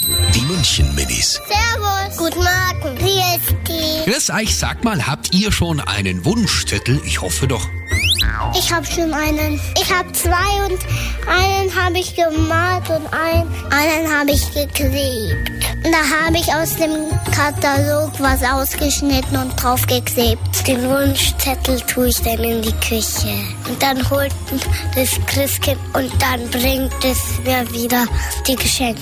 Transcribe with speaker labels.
Speaker 1: Die München Minis.
Speaker 2: Servus. Guten Morgen. Wie
Speaker 1: Chris Eich, sag mal, habt ihr schon einen Wunschzettel? Ich hoffe doch.
Speaker 2: Ich habe schon einen. Ich habe zwei und einen habe ich gemalt und einen, einen habe ich geklebt. Und da habe ich aus dem Katalog was ausgeschnitten und draufgeklebt. Den Wunschzettel tue ich dann in die Küche. Und dann holt das Christkind und dann bringt es mir wieder die Geschenke.